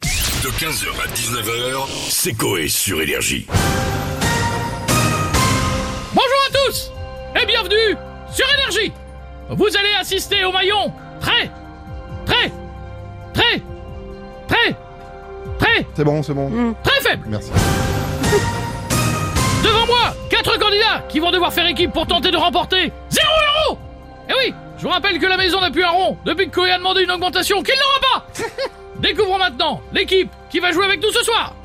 De 15h à 19h, c'est Coé sur Énergie. Bonjour à tous et bienvenue sur Énergie. Vous allez assister au maillon très, très, très, très, très, C'est bon, c'est bon. très faible. Merci. Devant moi, quatre candidats qui vont devoir faire équipe pour tenter de remporter 0 euros. Eh oui, je vous rappelle que la maison n'a plus un rond depuis que Coé a demandé une augmentation qu'il n'aura pas. Découvrons maintenant l'équipe qui va jouer avec nous ce soir.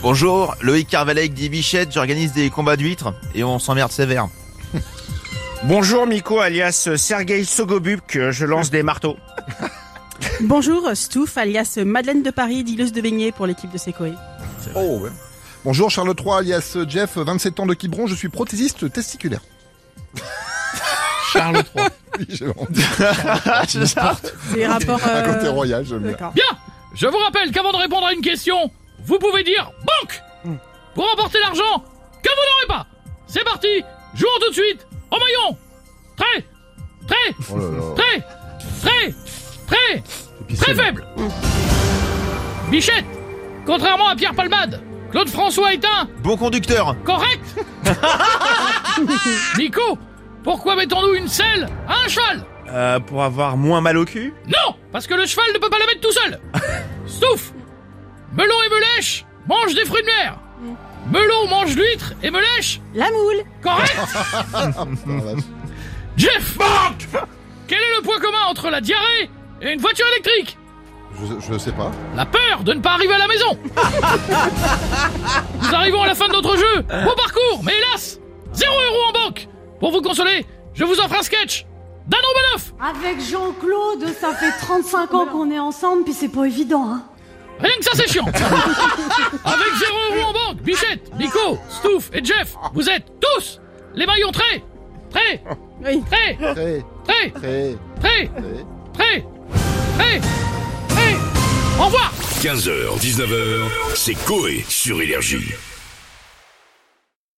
Bonjour, Loïc Carvalec dit Bichette, j'organise des combats d'huîtres et on s'emmerde sévère. Bonjour Miko alias Sergei Sogobuk, je lance des marteaux. Bonjour, Stouff, alias Madeleine de Paris, dealeuse de beignets pour l'équipe de Secoé. Oh, ouais. Bonjour, Charles III, alias Jeff, 27 ans de Quiberon, je suis prothésiste testiculaire. Charles III. Oui, j'ai vraiment C'est les rapports. un euh, côté royal, j'aime bien. D'accord. Bien, je vous rappelle qu'avant de répondre à une question, vous pouvez dire banque pour emporter l'argent que vous n'aurez pas. C'est parti, jouons tout de suite au maillon. Très, très, Oh là là. très, très, très, très faible. Bichette, contrairement à Pierre Palmade, Claude François est un Bon conducteur, correct. Nico, pourquoi mettons-nous une selle à un cheval Euh, pour avoir moins mal au cul Non Parce que le cheval ne peut pas la mettre tout seul Stouff Melon et Melèche mangent des fruits de mer Melon mange l'huître et Melèche, La moule correct Ah, la vache. Jeff Bank Quel est le point commun entre la diarrhée et une voiture électrique Je, je sais pas. La peur de ne pas arriver à la maison Nous arrivons à la fin de notre jeu Bon parcours, mais hélas Zéro euro en banque Pour vous consoler, je vous offre un sketch d'Anne Romanoff Avec Jean-Claude, ça fait 35 ans qu'on est ensemble, puis c'est pas évident, hein. Rien que ça, c'est chiant Avec 0 euros en banque, Bichette, Nico, Stouff et Jeff, vous êtes tous les maillons très, très, Oui. très, Très, très, très, très, très. très, très, très. Au revoir 15h, 19h, c'est Coé sur Énergie.